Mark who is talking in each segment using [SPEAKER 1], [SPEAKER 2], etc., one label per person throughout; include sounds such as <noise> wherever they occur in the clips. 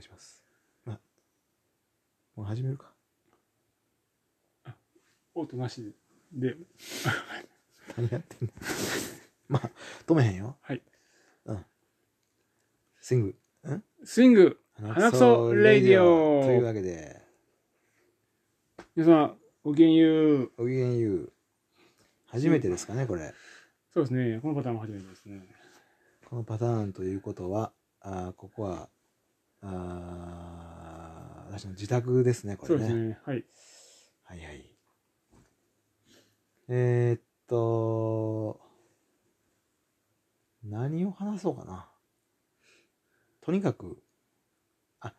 [SPEAKER 1] します。まあ、もう始めるか。 <laughs>
[SPEAKER 2] 音なしで、
[SPEAKER 1] 何やってんの <laughs> まあ、止めへんよ。
[SPEAKER 2] はい。
[SPEAKER 1] うん。スイング。ん
[SPEAKER 2] スイング
[SPEAKER 1] 花
[SPEAKER 2] くそレディオ
[SPEAKER 1] というわけで、
[SPEAKER 2] 皆様、ごきげんよう。
[SPEAKER 1] おげんゆう。初めてですかね、これ。
[SPEAKER 2] そうですね、このパターンも初めてですね。
[SPEAKER 1] このパターンということは、あーここは、あー私の自宅ですね、こ
[SPEAKER 2] そ
[SPEAKER 1] れ
[SPEAKER 2] う
[SPEAKER 1] ね。
[SPEAKER 2] ですね、はい。
[SPEAKER 1] はいはい。えーっと、何を話そうかな。とにかく、あ、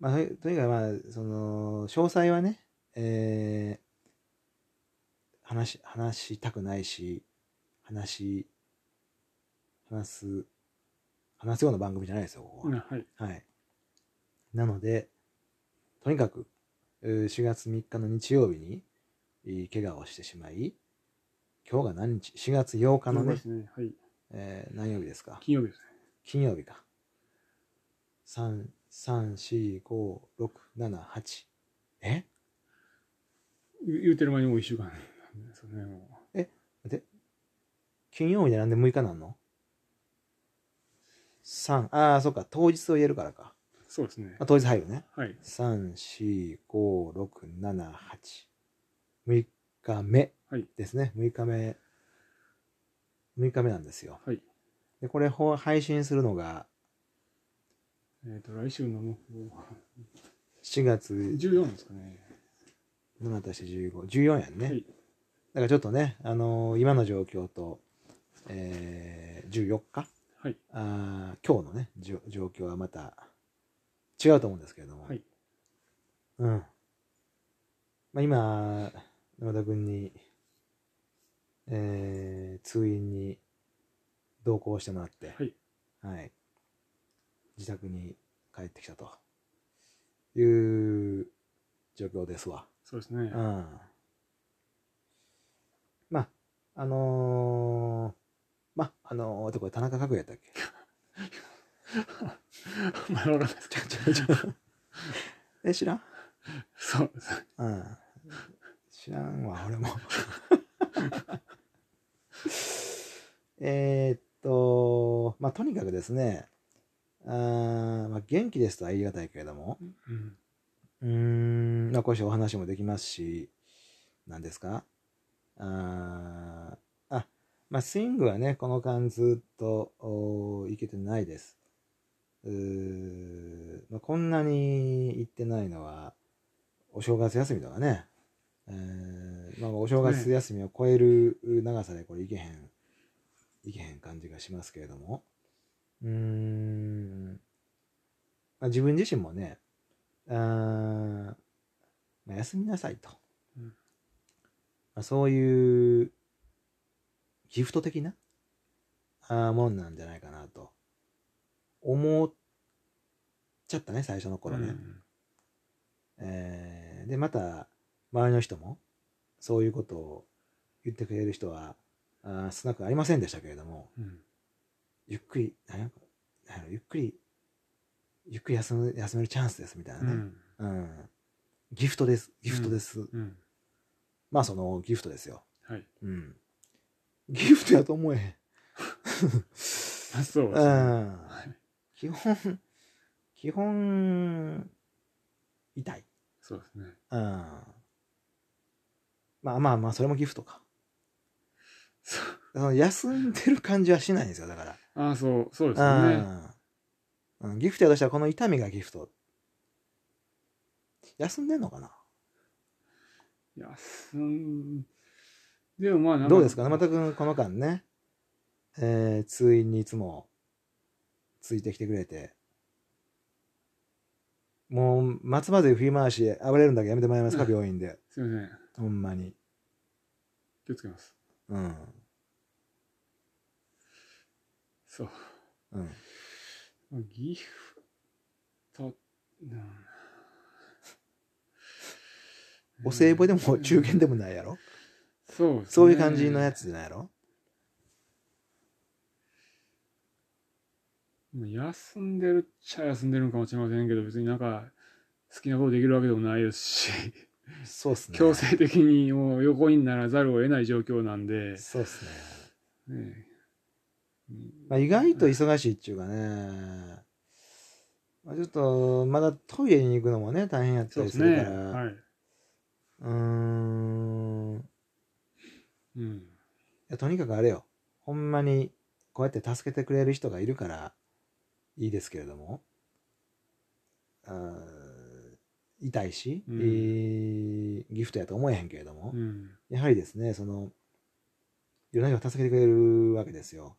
[SPEAKER 1] まあ、とにかくまあ、その、詳細はね、えー、話し、話したくないし、話し、話す、話すような番組じゃないですよ、ここは。
[SPEAKER 2] うんはい。
[SPEAKER 1] はい。なので、とにかく、えー4月3日の日曜日に、えー怪我をしてしまい、今日が何日 ?4 月8日の
[SPEAKER 2] そう
[SPEAKER 1] ね
[SPEAKER 2] で、すね、はい。
[SPEAKER 1] えー何曜日ですか
[SPEAKER 2] 金曜日ですね。
[SPEAKER 1] 金曜日か。3、3、4、5、6、7、8。え
[SPEAKER 2] 言言うてる間にもう一週間なんですよね、も
[SPEAKER 1] 金曜日でなんで6日なんの ?3、ああ、そっか、当日を言えるからか。
[SPEAKER 2] う。そうですね
[SPEAKER 1] あ、。当日入るね。
[SPEAKER 2] はい。
[SPEAKER 1] 3、4、5、6、7、8。6日目
[SPEAKER 2] はい
[SPEAKER 1] ですね。6日目。6日目なんですよ。
[SPEAKER 2] はい。
[SPEAKER 1] で、これほ配信するのが
[SPEAKER 2] えっ、と、来週のも
[SPEAKER 1] 4月
[SPEAKER 2] 14ですかね。
[SPEAKER 1] 7足して15、14やんね。
[SPEAKER 2] は
[SPEAKER 1] だ
[SPEAKER 2] い
[SPEAKER 1] からちょっとね、あのー今の状況と、えー、14日
[SPEAKER 2] はい。
[SPEAKER 1] あー今日のねじょ状況はまた違うと思うんですけれども、
[SPEAKER 2] はい
[SPEAKER 1] うんまあ、今山田君に、えー通院に同行してもらって、
[SPEAKER 2] はい
[SPEAKER 1] はい自宅に帰ってきたという状況ですわ。
[SPEAKER 2] そうですね
[SPEAKER 1] う。んまあ、あのーまあ、あのー、ってこれ田中角栄やったっけ
[SPEAKER 2] まだわかんないです。
[SPEAKER 1] え、知らん
[SPEAKER 2] そうですね。
[SPEAKER 1] うん。知らんわ、 <laughs> 俺も。えーっと、まあ、とにかくですね、あーまあ、元気ですとは言い難いけれども、
[SPEAKER 2] うん。
[SPEAKER 1] うーん、まあ、こうしてお話もできますし、何ですかあーあ、まあ、スイングはね、この間ずっとおーいけてないです。うーまあ、こんなに行ってないのは、お正月休みとかね、えーまあ、お正月休みを超える長さでこれいけへん、いけへん感じがしますけれども、うーん、まあ、自分自身もね、あーまあ、休みなさいと、
[SPEAKER 2] うん
[SPEAKER 1] まあ、そういうギフト的なあーもんなんじゃないかなと思っちゃったね最初の頃ね、
[SPEAKER 2] うん
[SPEAKER 1] えーでまた周りの人もそういうことを言ってくれる人はあー少なくありませんでしたけれども
[SPEAKER 2] うん。
[SPEAKER 1] ゆっくりなんやなんやろゆっくりゆっくり休む休めるチャンスですみたいなね、うんギフトです。ギフトです。
[SPEAKER 2] うん。うん。
[SPEAKER 1] まあ、その、ギフトですよ。
[SPEAKER 2] はい。
[SPEAKER 1] うん。ギフトやと思えへん。
[SPEAKER 2] あ、そ
[SPEAKER 1] う
[SPEAKER 2] うですね。は
[SPEAKER 1] ん。
[SPEAKER 2] い。
[SPEAKER 1] 基本、基本、痛い。
[SPEAKER 2] そうですね。
[SPEAKER 1] うん。まあまあまあ、それもギフトか。
[SPEAKER 2] そう
[SPEAKER 1] その休んでる感じはしないんですよ、だか
[SPEAKER 2] ああ、そう、そうですよね。
[SPEAKER 1] ら。うん。うん、ギフトやとしたら、この痛みがギフト。休んでんのかない
[SPEAKER 2] や、すん、でもまあなん
[SPEAKER 1] どうですか生田君、この間ね、えー、通院にいつもついてきてくれて、もう、松葉で振り回しで暴れるんだけどやめてもらえますか、
[SPEAKER 2] うん
[SPEAKER 1] 病院で。
[SPEAKER 2] すいません。
[SPEAKER 1] ほんまに。
[SPEAKER 2] 気をつけます。
[SPEAKER 1] うん。
[SPEAKER 2] そう。
[SPEAKER 1] うん。
[SPEAKER 2] まあギフト、うん
[SPEAKER 1] お歳暮でも中堅でもないやろ、
[SPEAKER 2] そうですね
[SPEAKER 1] そういう感じのやつじゃないやろ
[SPEAKER 2] まあ休んでるっちゃ休んでるんかもしれませんけど、別になんか、好きなことできるわけでもないで
[SPEAKER 1] <laughs>
[SPEAKER 2] すし、
[SPEAKER 1] そうっすね。
[SPEAKER 2] 強制的にもう横にならざるを得ない状況なんで、
[SPEAKER 1] そうっすね。
[SPEAKER 2] ねうん
[SPEAKER 1] まあ、意外と忙しいっちゅうかね。まあ、ちょっと、まだトイレに行くのもね、大変やった
[SPEAKER 2] そうで
[SPEAKER 1] りす
[SPEAKER 2] すね。
[SPEAKER 1] るから。う
[SPEAKER 2] はい。
[SPEAKER 1] ーん。い
[SPEAKER 2] うん。
[SPEAKER 1] やとにかくあれよ。ほんまに、こうやって助けてくれる人がいるから、いいですけれども。あー痛いし、
[SPEAKER 2] うん
[SPEAKER 1] えーギフトやと思えへんけれども。
[SPEAKER 2] うん。
[SPEAKER 1] やはりですね、その、いろんな人が助けてくれるわけですよ。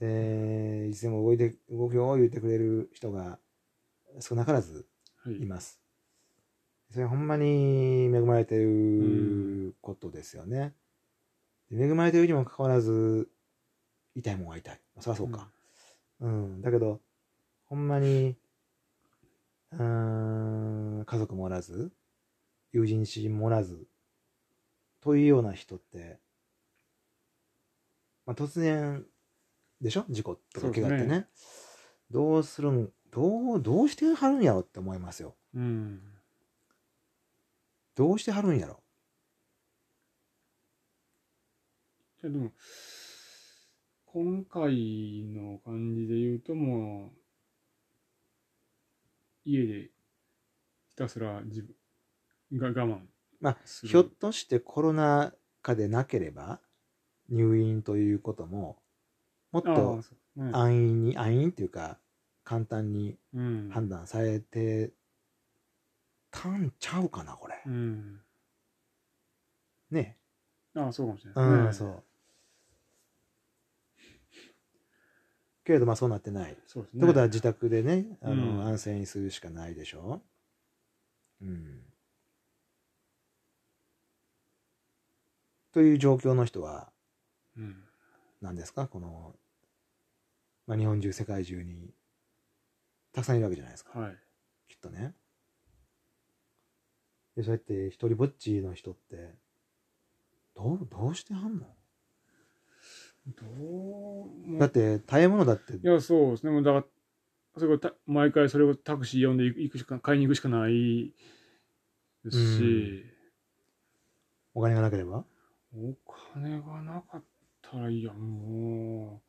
[SPEAKER 1] で、いつでも動いて、動くよう言ってくれる人が少なからず
[SPEAKER 2] はい。
[SPEAKER 1] います。それはほんまに恵まれて
[SPEAKER 2] う
[SPEAKER 1] ることですよね。で恵まれてるにもかかわらず、痛いもんは痛い。そりゃそうか。うん。だけど、ほんまに、うーん、家族もおらず、友人知人もおらず、というような人って、まあ、突然、でしょ事故と
[SPEAKER 2] そ
[SPEAKER 1] か
[SPEAKER 2] うで
[SPEAKER 1] 怪我っ
[SPEAKER 2] すね
[SPEAKER 1] てね。どうするん、どう、どうしてはるんやろって思いますよ。
[SPEAKER 2] うん。うん。
[SPEAKER 1] どうしてはるんやろ。
[SPEAKER 2] いやでも、今回の感じで言うと、もう、家でひたすら自分が我慢
[SPEAKER 1] まあ
[SPEAKER 2] する。
[SPEAKER 1] ひょっとしてコロナ禍でなければ、入院ということも、もっ
[SPEAKER 2] ああ
[SPEAKER 1] と
[SPEAKER 2] そうね
[SPEAKER 1] 安易に、安易っていうか、簡単に
[SPEAKER 2] うん。
[SPEAKER 1] 判断されてたんちゃうかな、これ。
[SPEAKER 2] うん。
[SPEAKER 1] ね。
[SPEAKER 2] ああ、そうかもしれな
[SPEAKER 1] う
[SPEAKER 2] いですね。
[SPEAKER 1] ん、そう。けれど、まあそうなってない。っ
[SPEAKER 2] そうですね。
[SPEAKER 1] てことは自宅でね、あの、
[SPEAKER 2] うん
[SPEAKER 1] 安静にするしかないでしょうん。という状況の人は、
[SPEAKER 2] うん。
[SPEAKER 1] 何ですかこの、まあ日本中、世界中に、たくさんいるわけじゃないですか。
[SPEAKER 2] はい。
[SPEAKER 1] きっとね。で、そうやって一人ぼっちの人って、どう、どうしてはんの
[SPEAKER 2] どうも
[SPEAKER 1] だって、食べ物だって、
[SPEAKER 2] いや、そうですね。もうだから、それこそた毎回それをタクシー呼んで行くしか、買いに行くしかないですし、
[SPEAKER 1] お金がなければ
[SPEAKER 2] お金がなかったら、いや、も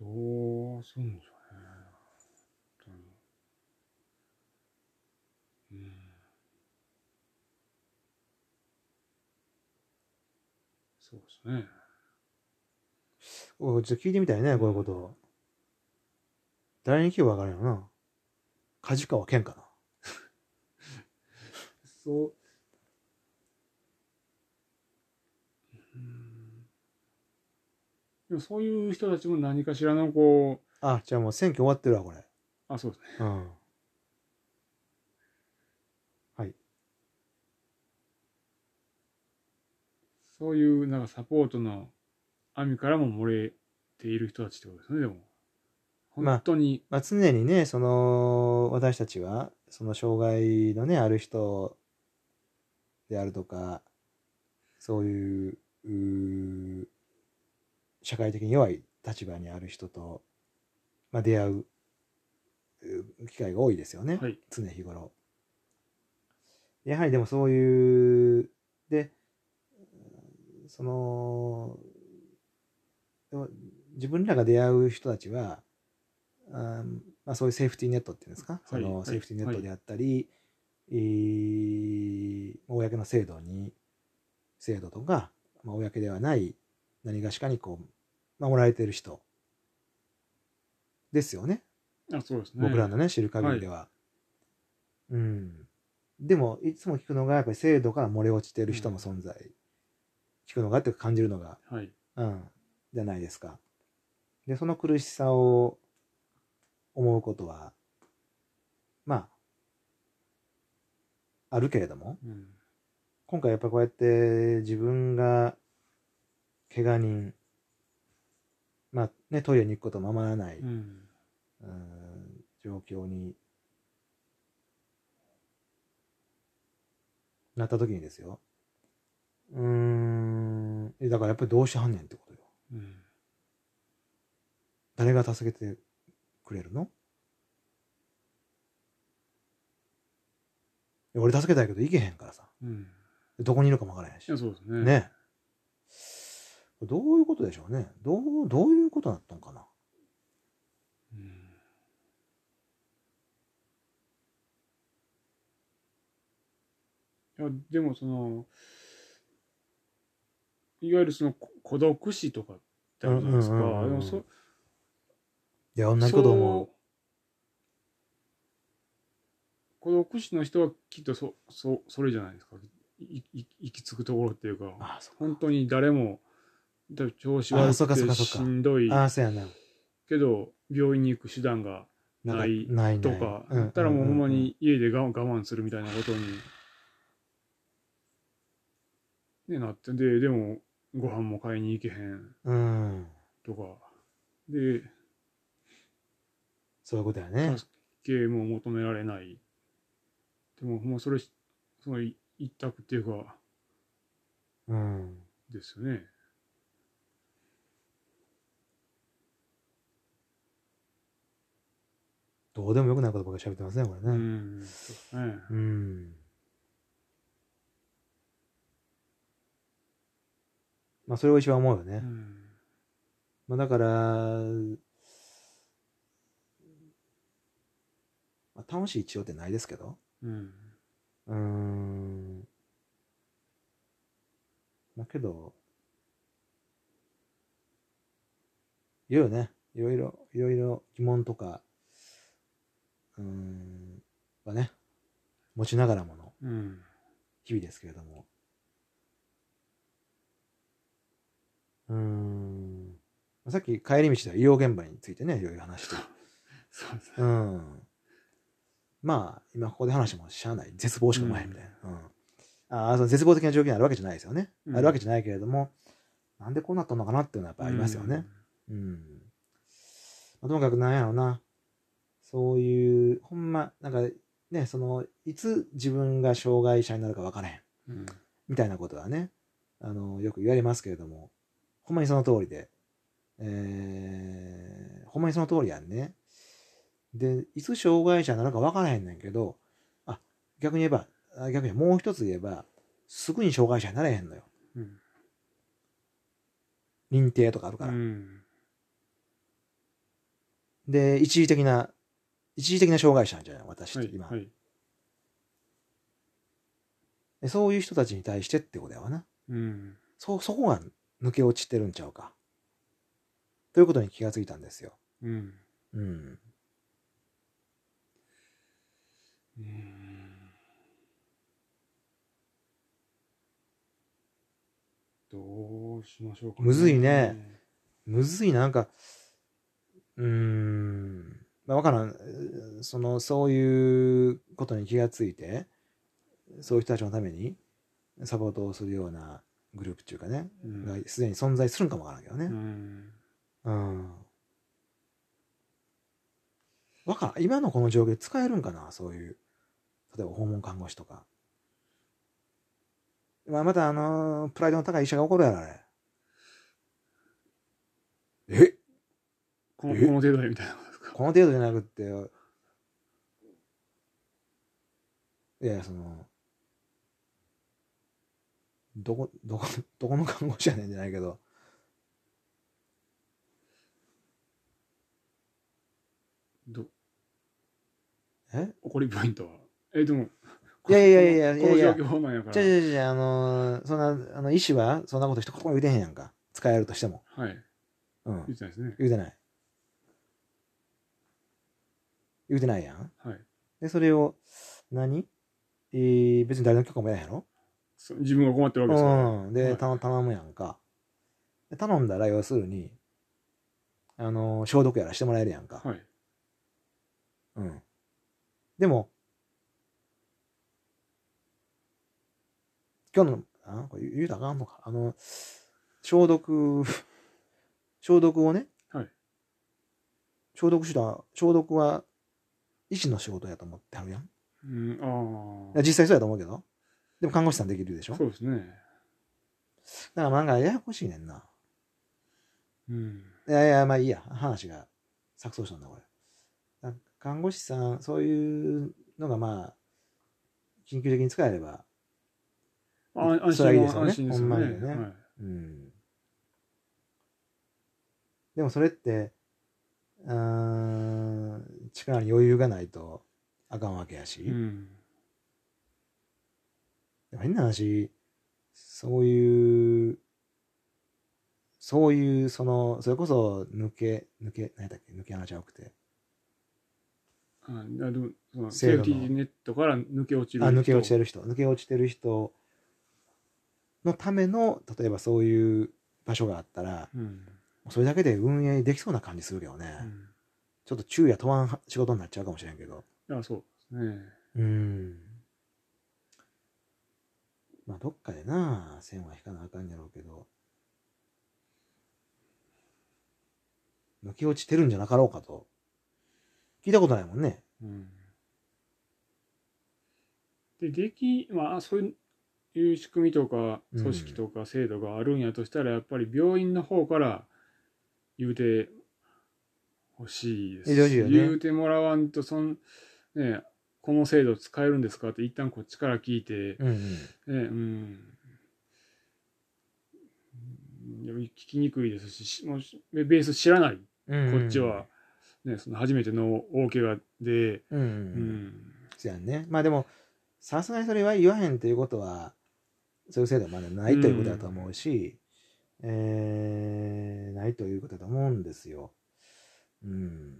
[SPEAKER 2] う、どうすんでしょうね。本当にうんそうですね。
[SPEAKER 1] おちょっと聞いてみたいね、こういうこと。誰に聞けばわかるよな。梶川健かな。
[SPEAKER 2] そう。うんでもそういう人たちも何かしらのこ
[SPEAKER 1] あ、じゃあもう選挙終わってるわ、これ。
[SPEAKER 2] う、あ、そうですね。
[SPEAKER 1] うん。
[SPEAKER 2] そういうなんかサポートの網からも漏れている人たちってことですね、でも。
[SPEAKER 1] まあ
[SPEAKER 2] 本当に。
[SPEAKER 1] まあ、常にね、その、私たちは、その障害のね、ある人であるとか、そういう、うー社会的に弱い立場にある人と、まあ、出会うう機会が多いですよね、
[SPEAKER 2] はい。
[SPEAKER 1] 常日頃。やはりでもそういう、で、その、でも自分らが出会う人たちは、あーまあ、そういうセーフティーネットっていうんですか、
[SPEAKER 2] はい
[SPEAKER 1] そ
[SPEAKER 2] は
[SPEAKER 1] の
[SPEAKER 2] い
[SPEAKER 1] セーフティーネットであったり、えー公の制度に、制度とか、まあ、公ではない何がしかにこう、守られてる人ですよね。
[SPEAKER 2] あ、そうですね。
[SPEAKER 1] 僕らのね、知る限りでは。うん。でも、いつも聞くのが、やっぱり制度から漏れ落ちてる人の存在。聞くのがっていうか感じるのが、
[SPEAKER 2] はい。
[SPEAKER 1] うん、じゃないですか。で、その苦しさを思うことは、まあ、あるけれども、
[SPEAKER 2] うん。
[SPEAKER 1] 今回やっぱこうやって自分が怪我人、まあね、トイレに行くことを守らない、
[SPEAKER 2] うん。
[SPEAKER 1] うん状況になった時にですよ。うーん。えだからやっぱりどうしてはんねんってことよ。
[SPEAKER 2] うん。
[SPEAKER 1] 誰が助けてくれるのいや俺助けたいけど行けへんからさ。
[SPEAKER 2] うん。
[SPEAKER 1] どこにいるかもわからへんし
[SPEAKER 2] いや、。そうですね。。
[SPEAKER 1] ね。どういうことでしょうね。どう、どういうことだったのかな。
[SPEAKER 2] うん。いや、でもその、いわゆるそのこ孤独死とかってあるじゃないですか。
[SPEAKER 1] う
[SPEAKER 2] で
[SPEAKER 1] んうんうんうん
[SPEAKER 2] もそ
[SPEAKER 1] いや、同じこと思う。
[SPEAKER 2] そう孤独死の人はきっとそそそれじゃないですかいい行き着くところっていうか
[SPEAKER 1] ああ、そう
[SPEAKER 2] 本当に誰もだ調子
[SPEAKER 1] あ
[SPEAKER 2] 悪
[SPEAKER 1] ーそうかそう
[SPEAKER 2] く
[SPEAKER 1] か
[SPEAKER 2] て
[SPEAKER 1] そうか
[SPEAKER 2] しんどい
[SPEAKER 1] ああ、そうやな。
[SPEAKER 2] けど病院に行く手段が
[SPEAKER 1] んか
[SPEAKER 2] ない
[SPEAKER 1] ない
[SPEAKER 2] とかだったらもうほんま。
[SPEAKER 1] んんん
[SPEAKER 2] に家で我慢我慢するみたいなことに、ね、なってででもご飯も買いに行けへん
[SPEAKER 1] うん。
[SPEAKER 2] とかで
[SPEAKER 1] そういうことやね。
[SPEAKER 2] 助けも求められないでももうそれそのい一択っていうか
[SPEAKER 1] うん。
[SPEAKER 2] ですよね
[SPEAKER 1] どうでもよくないことばっかり喋ってますね、これ
[SPEAKER 2] う
[SPEAKER 1] ね。
[SPEAKER 2] んそうね
[SPEAKER 1] うん。まあ、それを一番思うよね。
[SPEAKER 2] うん
[SPEAKER 1] まあ、だから、まあ、楽しい一応ってないですけど、
[SPEAKER 2] うん
[SPEAKER 1] うーん。だけど、いろいろね、いろいろ、いろいろ疑問とか、うーん、はね、持ちながらもの
[SPEAKER 2] うん
[SPEAKER 1] 日々ですけれども。うーん。さっき帰り道では医療現場についてね、いろいろ話して。
[SPEAKER 2] そうですね
[SPEAKER 1] うん。まあ、今ここで話してもしゃあない。絶望しかないみたいな。うん。ああ、その絶望的な状況にあるわけじゃないですよね。
[SPEAKER 2] うん
[SPEAKER 1] あるわけじゃないけれども、なんでこうなったのかなっていうのはやっぱりありますよね。うん。まあ、ともかくなんやろうな。そういう、ほんま、なんかね、その、いつ自分が障害者になるか分からへん。
[SPEAKER 2] うん
[SPEAKER 1] みたいなことはね、あの、よく言われますけれども、ほんまにその通りで、えー、ほんまにその通りやんね。で、いつ障害者なのか分からへんねんけど、あ、逆に言えば、あ逆にもう一つ言えば、すぐに障害者になれへんのよ。
[SPEAKER 2] うん
[SPEAKER 1] 認定とかある
[SPEAKER 2] う
[SPEAKER 1] から。
[SPEAKER 2] ん
[SPEAKER 1] で、一時的な、一時的な障害者なんじゃない私っ
[SPEAKER 2] は
[SPEAKER 1] て
[SPEAKER 2] い
[SPEAKER 1] 今、
[SPEAKER 2] はい
[SPEAKER 1] でそういう人たちに対してってことやわな。
[SPEAKER 2] うん
[SPEAKER 1] そ、そこが抜け落ちてるんちゃうか。ということに気がついたんですよ。
[SPEAKER 2] うん
[SPEAKER 1] うん。
[SPEAKER 2] うんどうしましょうか、
[SPEAKER 1] むずいねむずいな、なんか、うーん、まあ、わからん、うーその、そういうことに気がついて、そういう人たちのためにサポートをするようなグループっていうかね、
[SPEAKER 2] うん
[SPEAKER 1] がすでに存在するんかもわからんけど
[SPEAKER 2] う
[SPEAKER 1] ね。
[SPEAKER 2] ん
[SPEAKER 1] うん。わからん、今のこの状況使えるんかな、そういう、例えば訪問看護師とか。まあ、また、あのープライドの高い医者が怒るやろ、あれ。え
[SPEAKER 2] この
[SPEAKER 1] え
[SPEAKER 2] この程度でみたいなことですか
[SPEAKER 1] この程度じゃなくって、いやいや、その、どこ、どこ、どこの看護師やねんじゃないけど、
[SPEAKER 2] ど
[SPEAKER 1] え
[SPEAKER 2] 怒りポイントはえでも
[SPEAKER 1] いやいやいやいや
[SPEAKER 2] この
[SPEAKER 1] いやいや
[SPEAKER 2] この状況なんやか
[SPEAKER 1] じゃ
[SPEAKER 2] ら
[SPEAKER 1] じゃじゃあのーそんな、あの、医師はそんなこと一言も言うてへんやんか。使えるとしても。
[SPEAKER 2] はい
[SPEAKER 1] うん
[SPEAKER 2] 言。ってないですね
[SPEAKER 1] 言うてない。言うてないやん。
[SPEAKER 2] はい
[SPEAKER 1] で、それを、何えー別に誰の許可もいらんやろ
[SPEAKER 2] そう自分が困ってるわけですから
[SPEAKER 1] うん。で、
[SPEAKER 2] はい
[SPEAKER 1] 頼頼むやんか。で頼んだら、要するに、あの、消毒やらしてもらえるやんか。
[SPEAKER 2] はい
[SPEAKER 1] うん。でも、今日の、あこれ言うたらあかんのか。あの、消毒、消毒をね、
[SPEAKER 2] はい
[SPEAKER 1] 消毒手段、消毒は医師の仕事やと思ってはるやん。
[SPEAKER 2] うんあ
[SPEAKER 1] 実際そうやと思うけど。でも看護師さんできるでしょ
[SPEAKER 2] あそうですね
[SPEAKER 1] だからなんかややこしいねんな。
[SPEAKER 2] うん
[SPEAKER 1] いやいや、まあいいや、話が錯綜したんだ、これ。だ看護師さん、そういうのがまあ、緊急的に使えれば、
[SPEAKER 2] あ安
[SPEAKER 1] それはいい
[SPEAKER 2] 心
[SPEAKER 1] ですよね
[SPEAKER 2] は安心ですよ
[SPEAKER 1] ほんま
[SPEAKER 2] ね。
[SPEAKER 1] にね
[SPEAKER 2] はい
[SPEAKER 1] うん。でもそれって、うーん、力に余裕がないとあかんわけやし、
[SPEAKER 2] うん
[SPEAKER 1] でも変な話、そういう、そういう、その、それこそ抜け、抜け、何だっけ、抜け穴じゃなくて、
[SPEAKER 2] あでもその
[SPEAKER 1] 制
[SPEAKER 2] セー
[SPEAKER 1] 度の
[SPEAKER 2] フティーネットから抜け落ちる
[SPEAKER 1] あ抜け落ちて
[SPEAKER 2] る
[SPEAKER 1] る人抜け落ちてる人のための例えばそういう場所があったら
[SPEAKER 2] うん
[SPEAKER 1] それだけで運営できそうな感じするけどね、
[SPEAKER 2] うん
[SPEAKER 1] ちょっと昼夜問わん仕事になっちゃうかもしれんけど
[SPEAKER 2] いやそうですね
[SPEAKER 1] うんまあどっかでな線は引かなあかんやろうけど抜け落ちてるんじゃなかろうかと聞いたことないもんね
[SPEAKER 2] うんでできまあそういう仕組みとか
[SPEAKER 1] うん
[SPEAKER 2] 組織とか制度があるんやとしたら、やっぱり病院の方から言うてほしいです
[SPEAKER 1] え大事よね
[SPEAKER 2] 言うてもらわんとそん、ね、この制度使えるんですかって一旦こっちから聞いて、
[SPEAKER 1] うんうん
[SPEAKER 2] ねうん。でも聞きにくいですしし、もうしベース知らない、
[SPEAKER 1] うん
[SPEAKER 2] こ
[SPEAKER 1] うん
[SPEAKER 2] っちは、ね、その初めての大怪我で、
[SPEAKER 1] うんうう
[SPEAKER 2] うん
[SPEAKER 1] ん
[SPEAKER 2] ん、
[SPEAKER 1] そやんね。まあでも、さすがにそれは言わへんということは、そういう制度はまだないということだと思うし、えー、ないということだと思うんですよ。うん。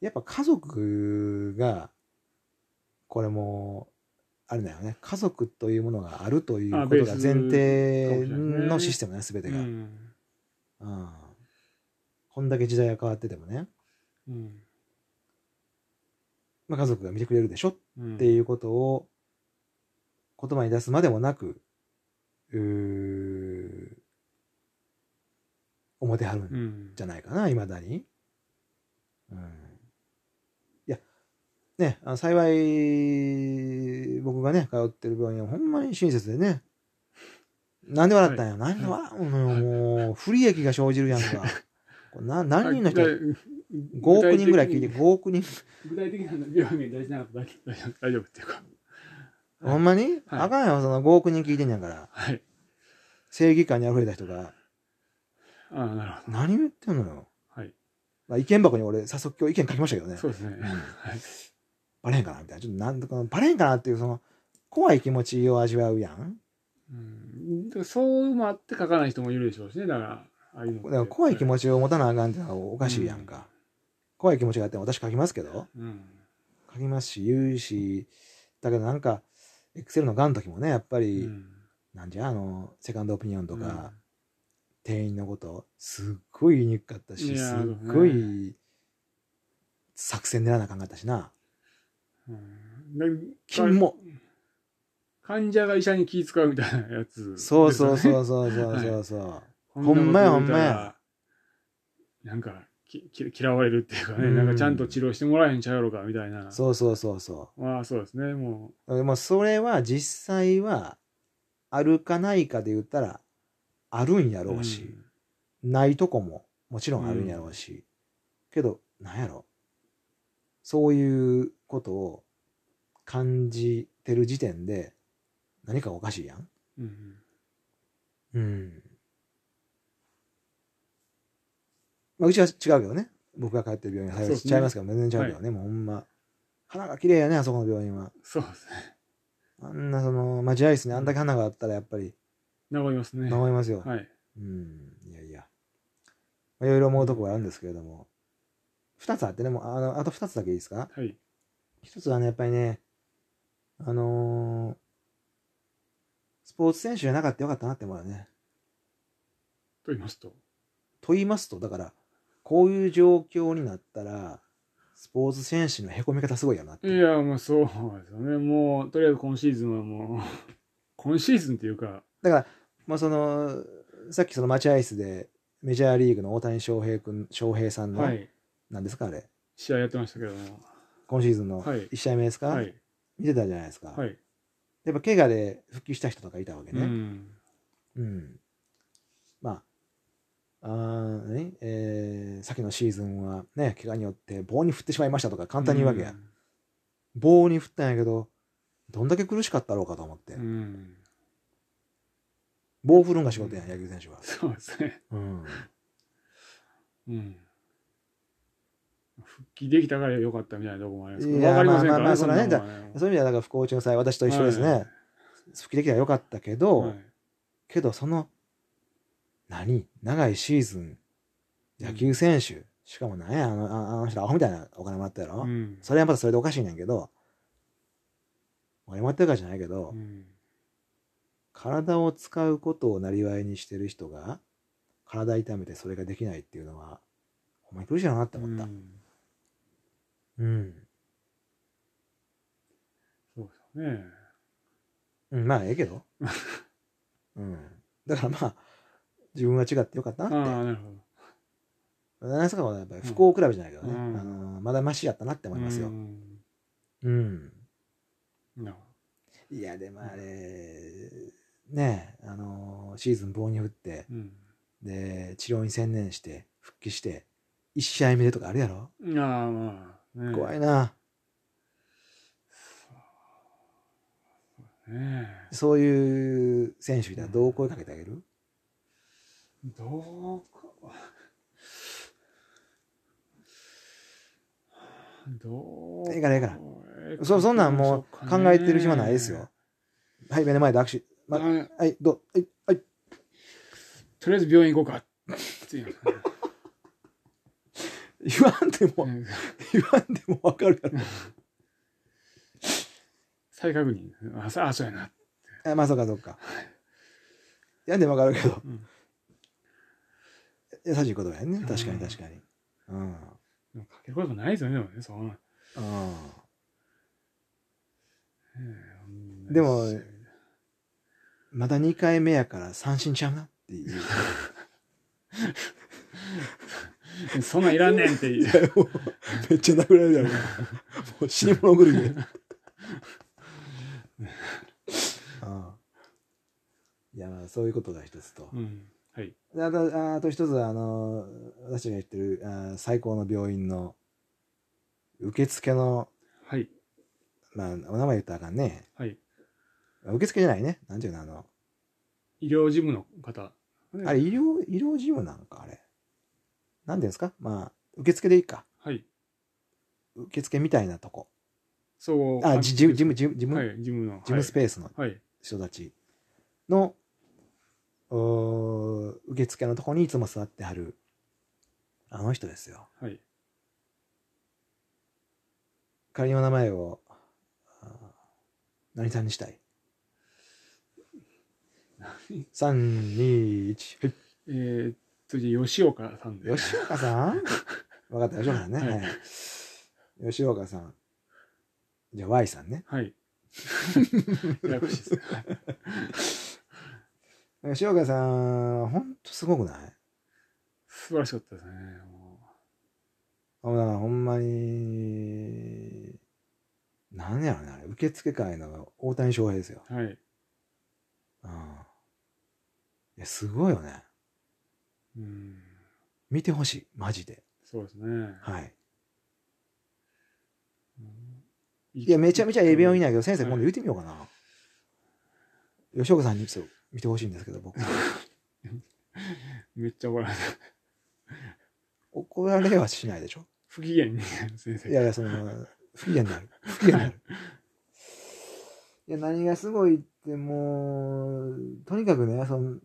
[SPEAKER 1] やっぱ家族が、これも、あれだよね。家族というものがあるという
[SPEAKER 2] あ
[SPEAKER 1] こと
[SPEAKER 2] ベ
[SPEAKER 1] が
[SPEAKER 2] ース
[SPEAKER 1] 前提
[SPEAKER 2] かもしれないね
[SPEAKER 1] のシステムだね、すべてが。
[SPEAKER 2] うん
[SPEAKER 1] うんこんだけ時代が変わっててもね、
[SPEAKER 2] うん
[SPEAKER 1] まあ、家族が見てくれるでしょっ
[SPEAKER 2] うん
[SPEAKER 1] ていうことを言葉に出すまでもなく、うー表張る
[SPEAKER 2] うんん
[SPEAKER 1] じゃないかな、いまだに。うん。いや、ね、あの幸い、僕がね、通ってる病院はほんまに親切でね、なんで笑ったんや、なんで笑うのよ、もう、不利益が生じるやん
[SPEAKER 2] <laughs>
[SPEAKER 1] か。これな何人の人
[SPEAKER 2] あ
[SPEAKER 1] が
[SPEAKER 2] だ
[SPEAKER 1] 5億人ぐらい聞いて、
[SPEAKER 2] 具体的
[SPEAKER 1] 5億人。
[SPEAKER 2] に具体的な病院大事なことだけ大丈夫大丈夫っていうかはい
[SPEAKER 1] ほんまに、あかんよ、その5億人聞いてんやから。
[SPEAKER 2] はい
[SPEAKER 1] 正義感に溢れた人が、
[SPEAKER 2] ああなるほ
[SPEAKER 1] 何言ってんのよ。
[SPEAKER 2] どはい
[SPEAKER 1] まあ、意見箱に俺、早速今日意見書きましたけどね。
[SPEAKER 2] そうですね、
[SPEAKER 1] ん
[SPEAKER 2] はい
[SPEAKER 1] バレへんかなみたいな。ちょっとなんとか、バレへんかなっていう、その、怖い気持ちを味わうやん。
[SPEAKER 2] うん、でそうもあって書かない人もいるでしょうしねだからああいうの
[SPEAKER 1] だ
[SPEAKER 2] って
[SPEAKER 1] から怖い気持ちを持たなあかんっていうのはおかしいやんか。怖い気持ちがあっても私書きますけど。
[SPEAKER 2] うん
[SPEAKER 1] 書きますし、言うし、だけどなんか、エクセルのガンの時もね、やっぱ
[SPEAKER 2] う
[SPEAKER 1] り、
[SPEAKER 2] ん
[SPEAKER 1] なんじゃ、あの、セカンドオピニオンとか、
[SPEAKER 2] うん
[SPEAKER 1] 店員のことすっごい言いにくかったし
[SPEAKER 2] いや
[SPEAKER 1] すっ
[SPEAKER 2] ー
[SPEAKER 1] ご
[SPEAKER 2] そう
[SPEAKER 1] い作戦練らなあかんかったしな
[SPEAKER 2] うん
[SPEAKER 1] キモ
[SPEAKER 2] 患者が医者に気使うみたいなやつ、
[SPEAKER 1] そうそう
[SPEAKER 2] う。
[SPEAKER 1] そうそうそうそうそう、
[SPEAKER 2] こなこと
[SPEAKER 1] ほんまやほんまや
[SPEAKER 2] 言うたら。なんかきき嫌われるっていうかね、
[SPEAKER 1] うん
[SPEAKER 2] なんかちゃんと治療してもらえへんちゃうやろかみたいな。
[SPEAKER 1] そうそうそうそ
[SPEAKER 2] まあそうですね、も
[SPEAKER 1] うでもそれは実際はあるかないかで言ったらあるんや
[SPEAKER 2] う。
[SPEAKER 1] ろうし、ないとこももちろんあるんやろうし、けどなんやろそういうことを感じてる時点で何かおかしいやん
[SPEAKER 2] うん。うん
[SPEAKER 1] うん。まあ、うちは違うけどね。僕が通ってる病院は
[SPEAKER 2] そうですね
[SPEAKER 1] 違いますから、全然違うけどね。もうほんま。花が綺麗やね、あそこの病院は。
[SPEAKER 2] そうですね。
[SPEAKER 1] あんなその、待合室にあんだけ花があったらやっぱり、
[SPEAKER 2] 治りますね。
[SPEAKER 1] 治りますよ。
[SPEAKER 2] はい。
[SPEAKER 1] うん。いやいや。まあいろいろ思うとこはあるんですけれども。二つあってね、もうあの、あと二つだけいいですか
[SPEAKER 2] はい。
[SPEAKER 1] 一つはね、やっぱりね、あのースポーツ選手じゃなかったらよかったなって思うよね。
[SPEAKER 2] と言いますと。
[SPEAKER 1] と言いますと、だから、こういう状況になったら、スポーツ選手のへこみ方すごいやなって。
[SPEAKER 2] いや、まあそうですよね。もう、とりあえず今シーズンはもう、 <laughs> 今シーズンっていうか、
[SPEAKER 1] だから、まあ、その、さっきその待合室で、メジャーリーグの大谷翔平君、翔平さんの、
[SPEAKER 2] はい。
[SPEAKER 1] なんですかあれ、
[SPEAKER 2] 試合やってましたけども。
[SPEAKER 1] 今シーズンの
[SPEAKER 2] はい
[SPEAKER 1] 1試合目ですか、
[SPEAKER 2] はい。
[SPEAKER 1] 見てたじゃないですか。
[SPEAKER 2] はい。
[SPEAKER 1] やっぱ、怪我で復帰した人とかいたわけ
[SPEAKER 2] う
[SPEAKER 1] ね。
[SPEAKER 2] ん。
[SPEAKER 1] うん。あー何えー、先のシーズンはね、怪我によって棒に振ってしまいましたとか簡単に言うわけや。棒に振ったんやけど、どんだけ苦しかったろうかと思って。
[SPEAKER 2] うん。うん。
[SPEAKER 1] 棒振るんが仕事やん、野球選手は。
[SPEAKER 2] そうですね。
[SPEAKER 1] うん。
[SPEAKER 2] うん。復帰できたからよかったみたいなとこもありますけ
[SPEAKER 1] い
[SPEAKER 2] ど、
[SPEAKER 1] や
[SPEAKER 2] わかりませんから、
[SPEAKER 1] まあまあまあそれはね
[SPEAKER 2] んなもんは
[SPEAKER 1] そ
[SPEAKER 2] ね
[SPEAKER 1] ういう意味では、だから不幸中の際、私と一緒ですね。
[SPEAKER 2] はい
[SPEAKER 1] 復帰できたらよかったけど、
[SPEAKER 2] はい
[SPEAKER 1] けどその、何長いシーズン、野球選手、しかもなんや、あのああの人アホみたいなお金もらったやろ、
[SPEAKER 2] うん。
[SPEAKER 1] それはまたそれでおかしいねんけど、お金もらってるからじゃないけど、
[SPEAKER 2] うん
[SPEAKER 1] 体を使うことをなりわいにしてる人が、体痛めてそれができないっていうのは、ほんまに苦しいなって思った
[SPEAKER 2] う。ん
[SPEAKER 1] うん。
[SPEAKER 2] そうですよね。
[SPEAKER 1] うん、まあ、ええけ
[SPEAKER 2] <laughs>
[SPEAKER 1] ど。うん。だからまあ、自分は違ってよかった
[SPEAKER 2] ああ
[SPEAKER 1] なって。
[SPEAKER 2] ー、なるほど。
[SPEAKER 1] 七坂はやっぱり不幸比べじゃないけどね、
[SPEAKER 2] うん
[SPEAKER 1] あのーまだマシやったなって思いますよ
[SPEAKER 2] う。ん
[SPEAKER 1] うん。
[SPEAKER 2] なるほ
[SPEAKER 1] いや、でもあれ、ねえ、あのーシーズン棒に振って、
[SPEAKER 2] ど。
[SPEAKER 1] で、治療に専念して、復帰して、1試合目でとかあるやろ、
[SPEAKER 2] うん。ああ、まあ、ね。
[SPEAKER 1] 怖い
[SPEAKER 2] ね
[SPEAKER 1] な。
[SPEAKER 2] え。
[SPEAKER 1] そういう選手いたらどう声かけてあげる、
[SPEAKER 2] どうか。どう
[SPEAKER 1] ええからええから
[SPEAKER 2] ええか
[SPEAKER 1] そそんなんもう考えてる暇ないですよ。。はい、目の前で握手。ま
[SPEAKER 2] はい
[SPEAKER 1] はい、どう、はい、はい。
[SPEAKER 2] とりあえず病院行こうか。っ
[SPEAKER 1] <laughs>
[SPEAKER 2] ていう
[SPEAKER 1] 言わんでも、
[SPEAKER 2] ね
[SPEAKER 1] 言わんでもわかるやろ。
[SPEAKER 2] 再確認。あ、そうあそうやな。
[SPEAKER 1] あまあそうかそうか。いやでもわかるけど、
[SPEAKER 2] うん
[SPEAKER 1] 優しい言葉やね
[SPEAKER 2] ん
[SPEAKER 1] 確かに確かに。うん。
[SPEAKER 2] でもかけることないですよね、でもね、そんな。
[SPEAKER 1] う
[SPEAKER 2] ええ
[SPEAKER 1] でもん、まだ2回目やから三振ちゃうなっていう。
[SPEAKER 2] そんなんいらんねんっていう。
[SPEAKER 1] もうめっちゃ殴られるやろ。もう死に物狂いで。 <laughs> うんいやまあ <laughs> そういうことが一つと
[SPEAKER 2] う。ん。はい。
[SPEAKER 1] であとあと一つはあの私たちが言ってるあ最高の病院の受付の
[SPEAKER 2] はい。
[SPEAKER 1] まあ、お名前言ったらあかんね。
[SPEAKER 2] はい。
[SPEAKER 1] 受付じゃないね。なんていうの、あの、
[SPEAKER 2] 医療事務の方。
[SPEAKER 1] あれ、医療、医療事務なんか、あれ。なんていうんですかまあ、受付でいいか。
[SPEAKER 2] はい。
[SPEAKER 1] 受付みたいなとこ。
[SPEAKER 2] そう。
[SPEAKER 1] あ、じじ事務、事務、事務、
[SPEAKER 2] はい、ジムの。
[SPEAKER 1] 事務スペースの
[SPEAKER 2] はい。
[SPEAKER 1] 人たちの、おー受付のとこにいつも座ってはる、あの人ですよ。
[SPEAKER 2] はい。
[SPEAKER 1] 仮の名前を、あー何さんにしたい
[SPEAKER 2] 何
[SPEAKER 1] ?3、2、1、はい。
[SPEAKER 2] えーっと、じゃあ吉岡さんで。
[SPEAKER 1] 吉岡さ
[SPEAKER 2] <laughs>
[SPEAKER 1] ん分かった、吉岡さんね。
[SPEAKER 2] はい
[SPEAKER 1] はい、吉岡さん。じゃあ Y さんね。
[SPEAKER 2] はい。 <laughs> 楽しいです。はい
[SPEAKER 1] 吉岡さんはほんとすごくない
[SPEAKER 2] 素晴らしかったですね。も
[SPEAKER 1] あだからほんまに、なんやろね、あれ受付会の大谷翔平ですよ。
[SPEAKER 2] うはい。
[SPEAKER 1] うん。いや、すごいよね。
[SPEAKER 2] うん。
[SPEAKER 1] 見てほしい、マジで。
[SPEAKER 2] そうですね。
[SPEAKER 1] はい。
[SPEAKER 2] い
[SPEAKER 1] いや、めちゃめちゃええ病院
[SPEAKER 2] な
[SPEAKER 1] だけど、先生、
[SPEAKER 2] はい
[SPEAKER 1] 今度言ってみようかな。吉岡さんにちょっと見てほしいんですけど、僕。 <laughs>
[SPEAKER 2] めっちゃ怒られた。
[SPEAKER 1] 怒られはしないでしょ
[SPEAKER 2] 不機嫌に、先生。
[SPEAKER 1] いやいや、その、不機嫌になる。不機嫌になる。いや、何がすごいって、もう、とにかくね、その、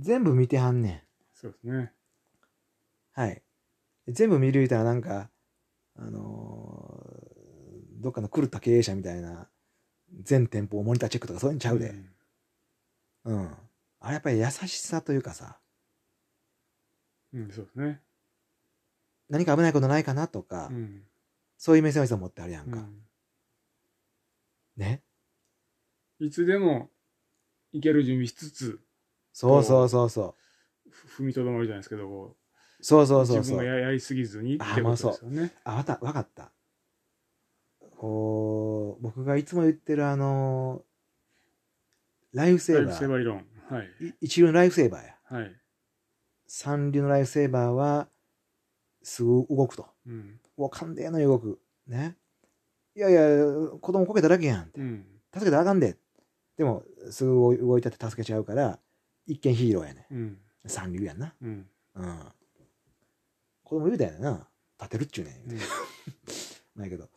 [SPEAKER 1] 全部見てはんね
[SPEAKER 2] そうですね。
[SPEAKER 1] ん。はい。全部見る言うたらなんか、あのーどっかの狂った経営者みたいな、全店舗をモニターチェックとかそういうんちゃうで。
[SPEAKER 2] ん
[SPEAKER 1] うん。あれやっぱり優しさというかさ、
[SPEAKER 2] うん、そうですね。
[SPEAKER 1] 何か危ないことないかなとか、
[SPEAKER 2] うん。
[SPEAKER 1] そういう目線をいつも持ってあるやんか。
[SPEAKER 2] うん
[SPEAKER 1] ね。
[SPEAKER 2] いつでも行ける準備しつつ、
[SPEAKER 1] そうそうそうそう。
[SPEAKER 2] ふ踏みとどまるじゃないですけど、こ
[SPEAKER 1] そうそううそう
[SPEAKER 2] 自
[SPEAKER 1] そう
[SPEAKER 2] 分。がややりすぎずにって
[SPEAKER 1] あ
[SPEAKER 2] ことですよね。
[SPEAKER 1] あ、わかった、わかった。こう、僕がいつも言ってるあの、ライフセ
[SPEAKER 2] ライ
[SPEAKER 1] ー
[SPEAKER 2] フ
[SPEAKER 1] バ
[SPEAKER 2] セー
[SPEAKER 1] ー。
[SPEAKER 2] バー理論。はい。
[SPEAKER 1] い一流のライフセーバーや。
[SPEAKER 2] はい。
[SPEAKER 1] 三流のライフセーバーは、すぐ動くと。
[SPEAKER 2] うん。
[SPEAKER 1] わかんでえのに動く。ね。いやいや、子供こけただけやん。
[SPEAKER 2] うん。
[SPEAKER 1] 助けたらあかんで。でも、すぐ動いたって助けちゃうから、一見ヒーローやね
[SPEAKER 2] うん。
[SPEAKER 1] ん。三流やんな。
[SPEAKER 2] うん。
[SPEAKER 1] うん。子供言うたんやな。立てるっちゅうねん。
[SPEAKER 2] うん
[SPEAKER 1] <laughs> ないけど。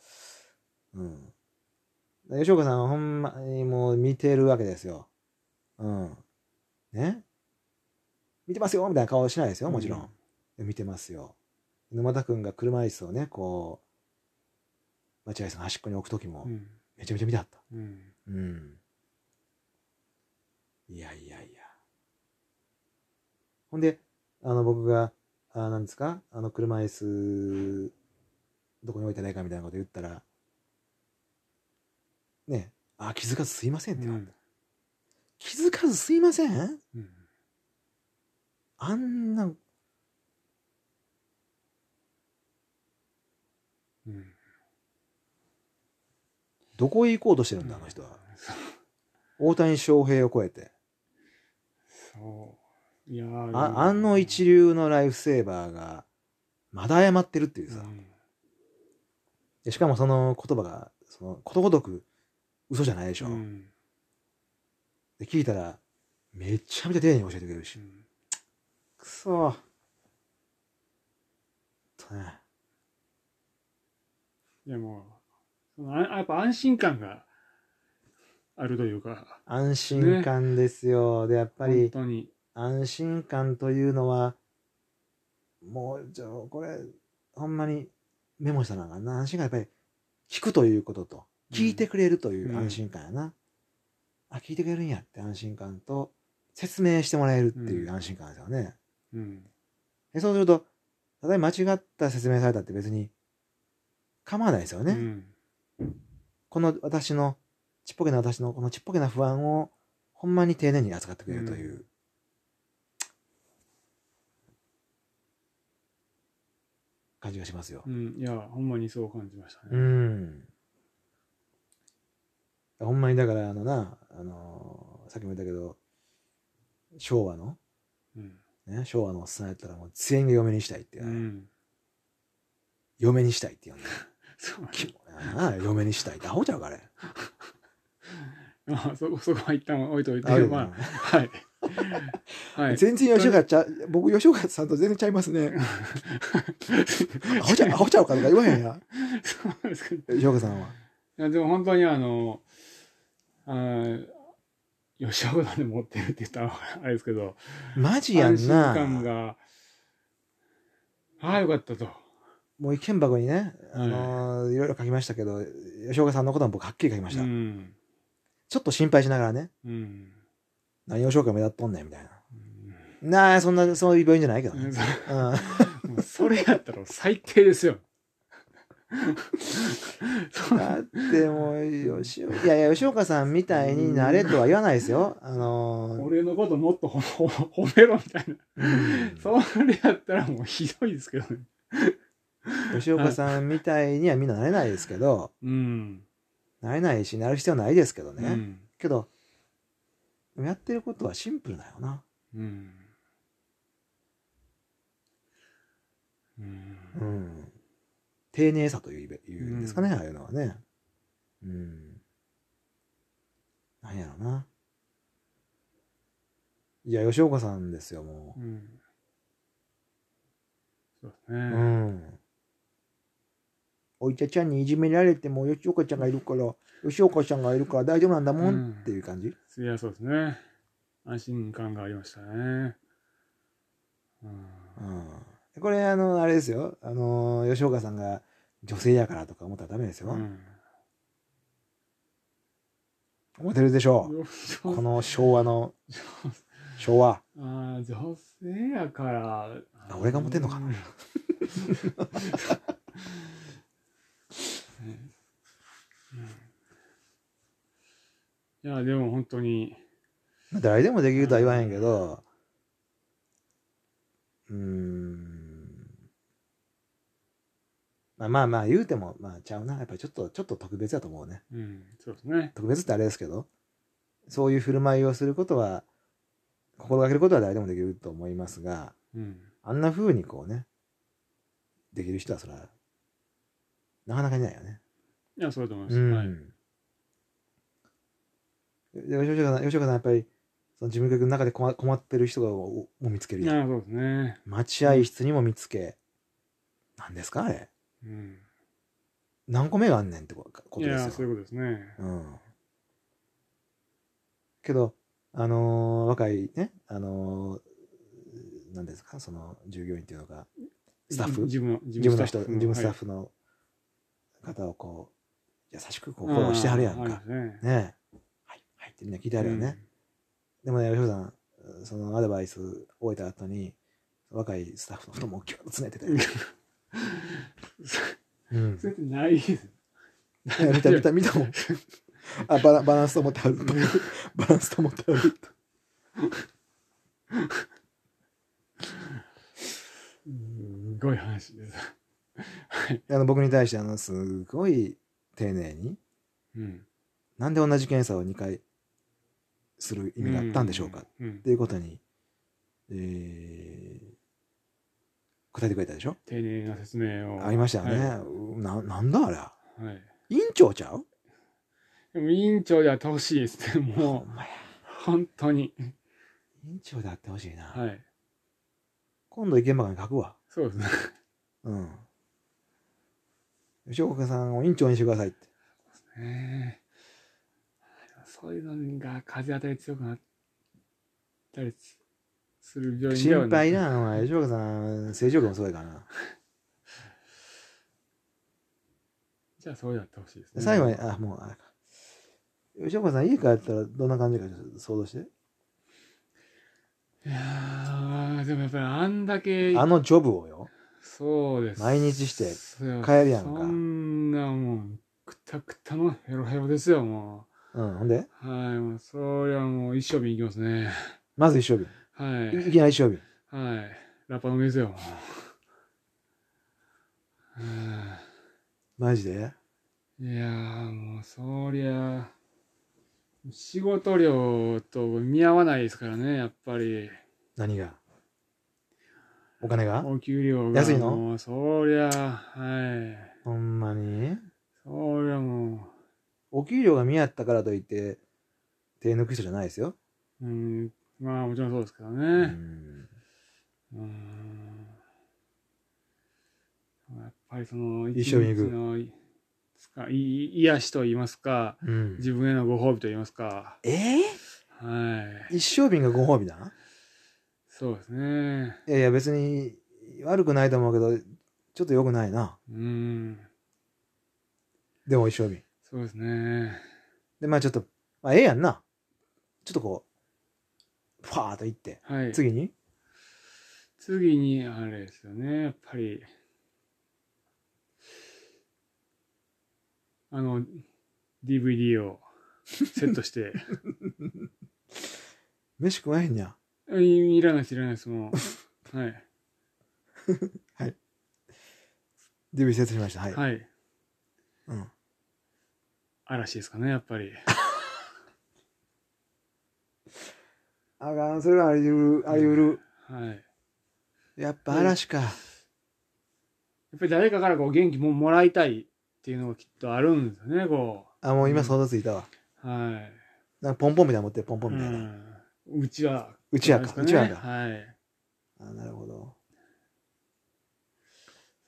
[SPEAKER 1] うん。だ吉岡さんはほんまにもう見てるわけですよ。うん。ね見てますよみたいな顔しないですよ、もちろん。。見てますよ。沼田くんが車椅子をね、こう、待合室の端っこに置くときも
[SPEAKER 2] う、ん。
[SPEAKER 1] めちゃめちゃ見たった。
[SPEAKER 2] うん。
[SPEAKER 1] うん。いやいやいや。ほんで、あの、僕が、あなんですかあの、車椅子、どこに置いたらいいかみたいなこと言ったら、ねあ、気づかずすいませんって言われた、気づかずすいません
[SPEAKER 2] うん。
[SPEAKER 1] あんな、
[SPEAKER 2] うん。
[SPEAKER 1] どこへ行こうとしてるんだ、あの人は。大谷翔平を超えて。
[SPEAKER 2] そう。いやー
[SPEAKER 1] あ、あの一流のライフセーバーが、まだ謝ってるっていうさ。
[SPEAKER 2] うん
[SPEAKER 1] でしかもその言葉が、そのことごとく嘘じゃないでしょ。
[SPEAKER 2] うん
[SPEAKER 1] で聞いたら、めちゃめちゃ丁寧に教えてくれるし。くそーとね。
[SPEAKER 2] いやもうそのあやっぱ安心感があるというか
[SPEAKER 1] 安心感ですよ。で、やっぱ
[SPEAKER 2] 本
[SPEAKER 1] り、
[SPEAKER 2] 当に
[SPEAKER 1] 安心感というのは、もう、じゃあこれ、ほんまにメモしたのかんな。安心感やっぱり、聞くということと、
[SPEAKER 2] うん
[SPEAKER 1] 聞いてくれるといううん安心感やな。あ、聞いてくれるんやって安心感と、説明してもらえるっていう安心感ですよね。
[SPEAKER 2] うん
[SPEAKER 1] えそうすると、たとえ間違った説明されたって別に構わないですよね。
[SPEAKER 2] うん
[SPEAKER 1] この私の、ちっぽけな私のこのちっぽけな不安を、ほんまに丁寧に扱ってくれるという。
[SPEAKER 2] うん
[SPEAKER 1] 感じがしますよ。
[SPEAKER 2] うんいやほんまにそう感じました
[SPEAKER 1] う
[SPEAKER 2] ね
[SPEAKER 1] ん。ほんまにだから、あのな、あのーさっきも言ったけど、昭和の、
[SPEAKER 2] うん
[SPEAKER 1] ね、昭和のおっさんやったらもう全員が嫁にしたいって、
[SPEAKER 2] うん
[SPEAKER 1] 嫁にしたいって呼んで
[SPEAKER 2] そう <laughs>
[SPEAKER 1] キモやな嫁にしたいってアホちゃうかあれ。
[SPEAKER 2] まあそこそこは一旦置いといて
[SPEAKER 1] あるよ
[SPEAKER 2] まあ
[SPEAKER 1] ね
[SPEAKER 2] はい
[SPEAKER 1] <laughs>
[SPEAKER 2] はい
[SPEAKER 1] 全然吉岡ちゃ、僕吉岡さんと全然ちゃいますね。
[SPEAKER 2] <laughs>
[SPEAKER 1] アホち <laughs> ゃう、アホちゃうかとか言わへんや。
[SPEAKER 2] そうですけど
[SPEAKER 1] 吉岡さんは。
[SPEAKER 2] いやでも本当にあのあー吉岡さんで持ってるって言ったらあれですけど
[SPEAKER 1] マジや
[SPEAKER 2] 安
[SPEAKER 1] ん
[SPEAKER 2] 心
[SPEAKER 1] な。
[SPEAKER 2] 感が、ああ、よかったと。
[SPEAKER 1] もう意見箱にね、あのーいろいろ書きましたけど、吉岡さんのことは僕はっきり書きました。
[SPEAKER 2] うん。
[SPEAKER 1] ちょっと心配しながらね、
[SPEAKER 2] うん。
[SPEAKER 1] 何吉岡目立っとんねんみたいな。なあ、そんな、そういう病院じゃないけどね。うん。
[SPEAKER 2] もうそれやったら最低ですよ。そう
[SPEAKER 1] だってもう、吉岡、いやいや、吉岡さんみたいになれとは言わないですよ。あの
[SPEAKER 2] 俺のこともっとほほ褒めろみたいな。
[SPEAKER 1] ーうん
[SPEAKER 2] それやったらもうひどいですけどね。
[SPEAKER 1] 吉岡さんみたいにはみんななれないですけど、
[SPEAKER 2] うん。
[SPEAKER 1] なれないし、なる必要ないですけど
[SPEAKER 2] う
[SPEAKER 1] ね。
[SPEAKER 2] ん。
[SPEAKER 1] けど、でもやってることはシンプルだよな。
[SPEAKER 2] うん。うん。
[SPEAKER 1] うん。丁寧さというべいうんですかね、
[SPEAKER 2] うん
[SPEAKER 1] ああいうのはね。うん。なんやろな。いや、吉岡さんですよ、も
[SPEAKER 2] うん。そうです
[SPEAKER 1] う。
[SPEAKER 2] ね
[SPEAKER 1] う。ん。おいちゃちゃんにいじめられても、吉岡ちゃんがいるから、吉岡ちゃんがいるから大丈夫なんだも
[SPEAKER 2] うんん
[SPEAKER 1] っていう感じ。
[SPEAKER 2] いや、そうですね。安心感がありましたね。う
[SPEAKER 1] う
[SPEAKER 2] ん。
[SPEAKER 1] ん。これ、あの、あれですよ。あの、吉岡さんが女性やからとか思ったらダメですよ。
[SPEAKER 2] うん
[SPEAKER 1] 思ってるでしょう。この昭和の、昭和。
[SPEAKER 2] あー女性やから。
[SPEAKER 1] あ俺がモテんのかな
[SPEAKER 2] うん <laughs> いや、でも本当に、
[SPEAKER 1] 誰でもできるとは言わへんけど、うーん。まあまあまあ言うても、まあちゃうな。やっぱりちょっと、ちょっと特別だと思うね。
[SPEAKER 2] うん、そうですね。
[SPEAKER 1] 特別ってあれですけど、そういう振る舞いをすることは、心がけることは誰でもできると思いますが、
[SPEAKER 2] うん。
[SPEAKER 1] あんな風にこうね、できる人はそら、なかなかいないよね。
[SPEAKER 2] いや、そうだと思います。
[SPEAKER 1] うん
[SPEAKER 2] はい。
[SPEAKER 1] で、吉岡さん、吉岡さんやっぱり、その事務局の中で困困ってる人がおも見つける
[SPEAKER 2] い
[SPEAKER 1] やん。
[SPEAKER 2] や、そうですね。
[SPEAKER 1] 待合室にも見つけ、何ですかあれ。
[SPEAKER 2] うん。
[SPEAKER 1] 何個目があんねんってここと
[SPEAKER 2] い
[SPEAKER 1] ですよ。
[SPEAKER 2] や、そういうことですね。
[SPEAKER 1] うん。けど、あのー若いね、あのーなんですか、その従業員っていうのが、スタッフ、
[SPEAKER 2] 自分の、
[SPEAKER 1] 事
[SPEAKER 2] 自
[SPEAKER 1] 務の人、事
[SPEAKER 2] うん
[SPEAKER 1] 務スタッ
[SPEAKER 2] はい
[SPEAKER 1] フの方をこう、優しくこうフォローしてはるやん
[SPEAKER 2] あー
[SPEAKER 1] か。
[SPEAKER 2] ありますね。
[SPEAKER 1] ねえ。はい、はいってみんな聞いてはるよね。でもね、吉本さん、そのアドバイスを終えた後に、若いスタッフのこともぎゅっと詰めてた
[SPEAKER 2] う
[SPEAKER 1] よ
[SPEAKER 2] ん。
[SPEAKER 1] ね。うん
[SPEAKER 2] それってないです。
[SPEAKER 1] い <laughs> や見た見た見たもん。あバラバランスと思って <laughs> ある。バランスと思ってある。
[SPEAKER 2] すごい話です。はい。
[SPEAKER 1] あの僕に対してあのすごい丁寧に
[SPEAKER 2] うん。
[SPEAKER 1] なんで同じ検査を2回する意味があったんでしょうかっ
[SPEAKER 2] うん。うん
[SPEAKER 1] ていうことに、えー答えてくれたでしょ
[SPEAKER 2] 丁寧な説明を。
[SPEAKER 1] ありましたよね、
[SPEAKER 2] は
[SPEAKER 1] うななんだあれ
[SPEAKER 2] い。はい。
[SPEAKER 1] 院長ちゃう
[SPEAKER 2] でも委員長であってほしいですね。
[SPEAKER 1] ほ
[SPEAKER 2] も
[SPEAKER 1] <laughs> んまや
[SPEAKER 2] う、本当に。
[SPEAKER 1] 院長であってほしいな、
[SPEAKER 2] はい。
[SPEAKER 1] 今度意見箱に書くわ
[SPEAKER 2] そうですね。
[SPEAKER 1] うん吉岡さんを院長にしてくださいって
[SPEAKER 2] ねえそういうのが風当たり強くなったりすする病院では
[SPEAKER 1] 心配なのは吉岡さん正常期もそうやからな
[SPEAKER 2] じゃあそうやってほしいですね。
[SPEAKER 1] 最後に、あ、もう、あれか。吉岡さん、家帰ったらどんな感じかちょっと想像して。
[SPEAKER 2] いやーでもやっぱりあんだけ、
[SPEAKER 1] あのジョブをよ。
[SPEAKER 2] そうです。
[SPEAKER 1] 毎日して
[SPEAKER 2] そう
[SPEAKER 1] 帰るやんか
[SPEAKER 2] そんなもん、くたくたのヘロヘロですよ、も
[SPEAKER 1] うん、ほんで、
[SPEAKER 2] う。はい、もう、そりゃもう一生瓶いきますね。
[SPEAKER 1] まず一生
[SPEAKER 2] は
[SPEAKER 1] 瓶。い
[SPEAKER 2] い。
[SPEAKER 1] きなり一生瓶。
[SPEAKER 2] はい。ラッパ飲みですよ、もう。うん
[SPEAKER 1] マジで
[SPEAKER 2] いやーもうそりゃ仕事量と見合わないですからねやっぱり
[SPEAKER 1] 何がお金が
[SPEAKER 2] お給料が
[SPEAKER 1] 安いの
[SPEAKER 2] もうそりゃはい
[SPEAKER 1] ほんまに
[SPEAKER 2] そりゃも
[SPEAKER 1] お給料が見合ったからといって、手抜く人じゃないですよ。
[SPEAKER 2] ううんまあもちろんそうですけど
[SPEAKER 1] う
[SPEAKER 2] ね
[SPEAKER 1] ん。
[SPEAKER 2] うんやっぱりその
[SPEAKER 1] 一緒に行く
[SPEAKER 2] 一日のいつかいい癒しと言いますか
[SPEAKER 1] うん、
[SPEAKER 2] 自分へのご褒美と言いますか
[SPEAKER 1] えー
[SPEAKER 2] はい
[SPEAKER 1] 一生瓶がご褒美だ
[SPEAKER 2] そうですね
[SPEAKER 1] いやいや、別に悪くないと思うけど、ちょっと良くないな。
[SPEAKER 2] うん
[SPEAKER 1] でも一生瓶。
[SPEAKER 2] そうですね
[SPEAKER 1] で、まあちょっと、まあええやんな。ちょっとこう、ファーっと行って。
[SPEAKER 2] はい
[SPEAKER 1] 次に
[SPEAKER 2] 次にあれですよねやっぱりあの DVD をセットして
[SPEAKER 1] <laughs> 飯食わへんにゃ。
[SPEAKER 2] いいらないですいらないですもうはい
[SPEAKER 1] DV 説明しました。はい。
[SPEAKER 2] はい
[SPEAKER 1] うん。
[SPEAKER 2] 嵐ですかねやっぱり
[SPEAKER 1] あかん、それはあり得る、あり得る。
[SPEAKER 2] はい
[SPEAKER 1] や
[SPEAKER 2] やっ
[SPEAKER 1] っぱ嵐か。
[SPEAKER 2] ぱり誰かからこう元気ももらいたいっていうのがきっとあるんですよねこ
[SPEAKER 1] あ、もう今想像ついたわ。
[SPEAKER 2] うはい
[SPEAKER 1] なんかポンポンみたいなの持ってる、ポンポンみたいな。
[SPEAKER 2] うんうちは
[SPEAKER 1] うちわかうちわか
[SPEAKER 2] はい
[SPEAKER 1] あ、なるほど。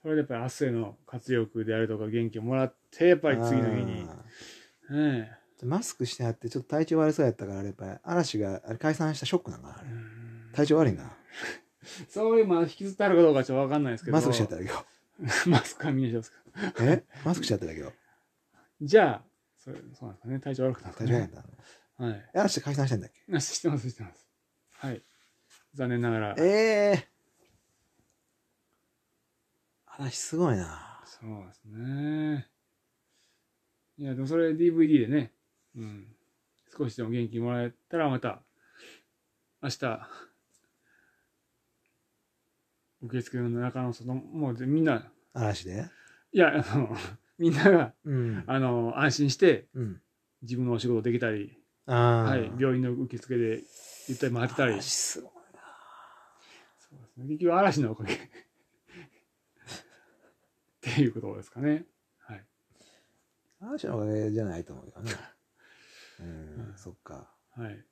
[SPEAKER 2] それでやっぱり明日への活力であるとか元気をもらってやっぱり次の日に
[SPEAKER 1] あー。
[SPEAKER 2] はい
[SPEAKER 1] マスクしてはって、ちょっと体調悪そうやったから、あれやっぱり嵐があれ解散したショックなんかな、あれ。体調悪いな。
[SPEAKER 2] そういうまあ引きずってあるかどうかちょっとわかんないですけど。
[SPEAKER 1] マスクしちゃったら <laughs> け
[SPEAKER 2] マスクはみんなしますか。
[SPEAKER 1] ど。えマスクしちゃったらけど。
[SPEAKER 2] じゃあ、それそうなんですかね。体調悪くなった、
[SPEAKER 1] 体調悪
[SPEAKER 2] ね
[SPEAKER 1] か。ったの。
[SPEAKER 2] はい。
[SPEAKER 1] え嵐って解散したんだっけ
[SPEAKER 2] あしてます、してます。はい。残念ながら。
[SPEAKER 1] ええ嵐すごいな。
[SPEAKER 2] そうですね。いや、でもそれ DVD でね、うん。少しでも元気もらえたらまた、明日、受付の中の外、もうぜみんな、
[SPEAKER 1] 嵐で。
[SPEAKER 2] いや、あの、 <laughs> みんなが、
[SPEAKER 1] うん。
[SPEAKER 2] あの、安心して、
[SPEAKER 1] うん。
[SPEAKER 2] 自分のお仕事できたり、
[SPEAKER 1] ああ。
[SPEAKER 2] はい、病院の受付でゆったり回ってたり、
[SPEAKER 1] 嵐すごいな。
[SPEAKER 2] そそうですね。結局嵐のおかげっていうことですかね。はい。
[SPEAKER 1] 嵐のおかげじゃないと思うよね。 <laughs> うん
[SPEAKER 2] う、ん
[SPEAKER 1] そっか。
[SPEAKER 2] はい。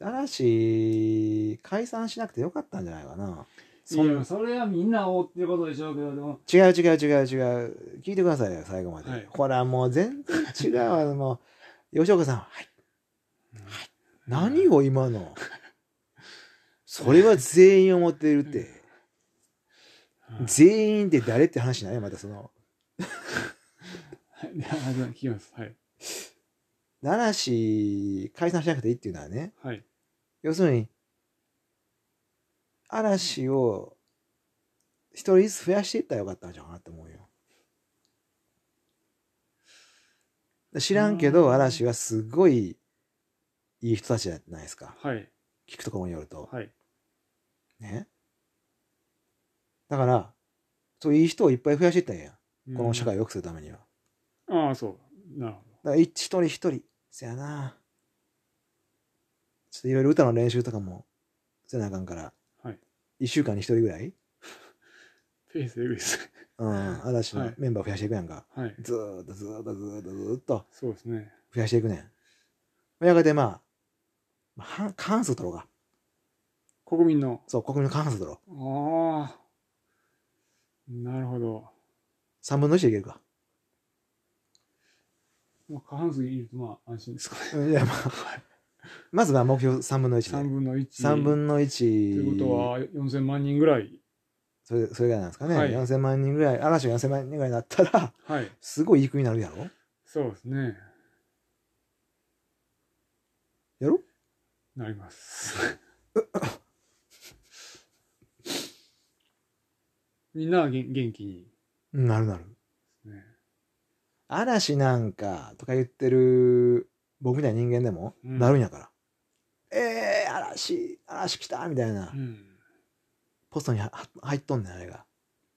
[SPEAKER 1] 嵐、解散しなくてよかったんじゃないかな。そ
[SPEAKER 2] そ
[SPEAKER 1] ん
[SPEAKER 2] それはみんな思ってることでしょうけど、でも、
[SPEAKER 1] 違う違う違う違う。聞いてくださいよ、最後まで。
[SPEAKER 2] はい
[SPEAKER 1] ほら、もう全然違うわ。もう、吉岡さん、はい。何を今の。それは全員思っているって。
[SPEAKER 2] はい
[SPEAKER 1] 全員って誰って話ないまたその。
[SPEAKER 2] はい。であの聞きます。はい。
[SPEAKER 1] 嵐、解散しなくていいっていうのはね。
[SPEAKER 2] はい。
[SPEAKER 1] 要するに、嵐を一人ずつ増やしていったらよかったんじゃないかなって思うよ。知らんけ
[SPEAKER 2] う
[SPEAKER 1] ど、
[SPEAKER 2] ん
[SPEAKER 1] 嵐はすごいいい人たちじゃないですか。
[SPEAKER 2] はい。
[SPEAKER 1] 聞くところによると。
[SPEAKER 2] はい。
[SPEAKER 1] ね。だから、そういういい人をいっぱい増やしていったんや。この社会を良くするためには。
[SPEAKER 2] うん。ああ、そう。なるほ
[SPEAKER 1] だから一一人一人、せやなちょっといろいろ歌の練習とかもせなあかんから、
[SPEAKER 2] はい
[SPEAKER 1] 一週間に一人ぐらい、
[SPEAKER 2] ど。ペースエグいです。
[SPEAKER 1] うん、嵐
[SPEAKER 2] は
[SPEAKER 1] の
[SPEAKER 2] い
[SPEAKER 1] メンバー増やしていくやんか。
[SPEAKER 2] はい。
[SPEAKER 1] ずーっとずーっとずーっとずーっと
[SPEAKER 2] そうですね。
[SPEAKER 1] 増やしていくねん。やがてまあ、まあ半、過半数取ろうか。
[SPEAKER 2] 国民の。
[SPEAKER 1] そう、国民の過半数取ろう。
[SPEAKER 2] ああ。なるほど。
[SPEAKER 1] 三分の一でいけるか。
[SPEAKER 2] まあ、過半数いると、まあ、安心ですかね。
[SPEAKER 1] うんいや、まあ、まずは目標三分の一
[SPEAKER 2] 3
[SPEAKER 1] で。
[SPEAKER 2] 分の1。
[SPEAKER 1] 三分の
[SPEAKER 2] と
[SPEAKER 1] 一。
[SPEAKER 2] いうことは、4000万人ぐらい。
[SPEAKER 1] それ、それぐらいなんですかね。
[SPEAKER 2] はい
[SPEAKER 1] 4000万人ぐらい、嵐が4000万人ぐらいになったら、
[SPEAKER 2] はい。
[SPEAKER 1] すごいいい国になるやろ
[SPEAKER 2] そうですね。
[SPEAKER 1] やろ
[SPEAKER 2] なり
[SPEAKER 1] <laughs>
[SPEAKER 2] ます。みんなは元元気に、
[SPEAKER 1] うんなるなる。
[SPEAKER 2] ね。
[SPEAKER 1] 嵐なんかとか言ってる僕みたいな人間でも
[SPEAKER 2] うん
[SPEAKER 1] なるんやから。えー、嵐、嵐来たみたいな
[SPEAKER 2] う。ん。
[SPEAKER 1] ポストにはは入っとんねん、あれが。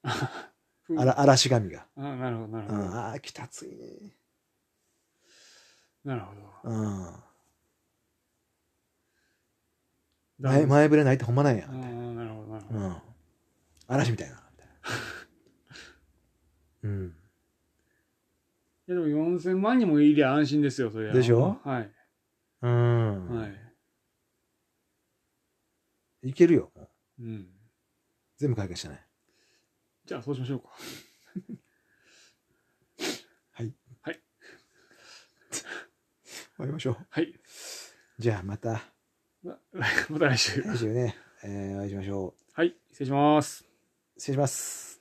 [SPEAKER 2] あ
[SPEAKER 1] あら嵐神が。
[SPEAKER 2] あ、なるほど、なる
[SPEAKER 1] う
[SPEAKER 2] ほど。
[SPEAKER 1] ん、あー来たついに。
[SPEAKER 2] なるほ
[SPEAKER 1] うん。
[SPEAKER 2] ど。
[SPEAKER 1] 前前触れないってほんまなんや
[SPEAKER 2] あ。あ、なるほど、なるほ
[SPEAKER 1] う
[SPEAKER 2] ど。
[SPEAKER 1] ん。嵐みたい <laughs> な。みたいなうん。
[SPEAKER 2] いやでも4000万人もいりゃ安心ですよ、それ
[SPEAKER 1] でしょ
[SPEAKER 2] はい。
[SPEAKER 1] うん。
[SPEAKER 2] はい。
[SPEAKER 1] い、けるよ。もう
[SPEAKER 2] うん。
[SPEAKER 1] 全部解決してない。
[SPEAKER 2] じゃあ、そうしましょうか。
[SPEAKER 1] 終わりましょう。
[SPEAKER 2] はい。
[SPEAKER 1] じゃあまた、
[SPEAKER 2] ままた来週。
[SPEAKER 1] 来週ね、えーお会いしましょう。
[SPEAKER 2] はい、失礼します。
[SPEAKER 1] 失礼します。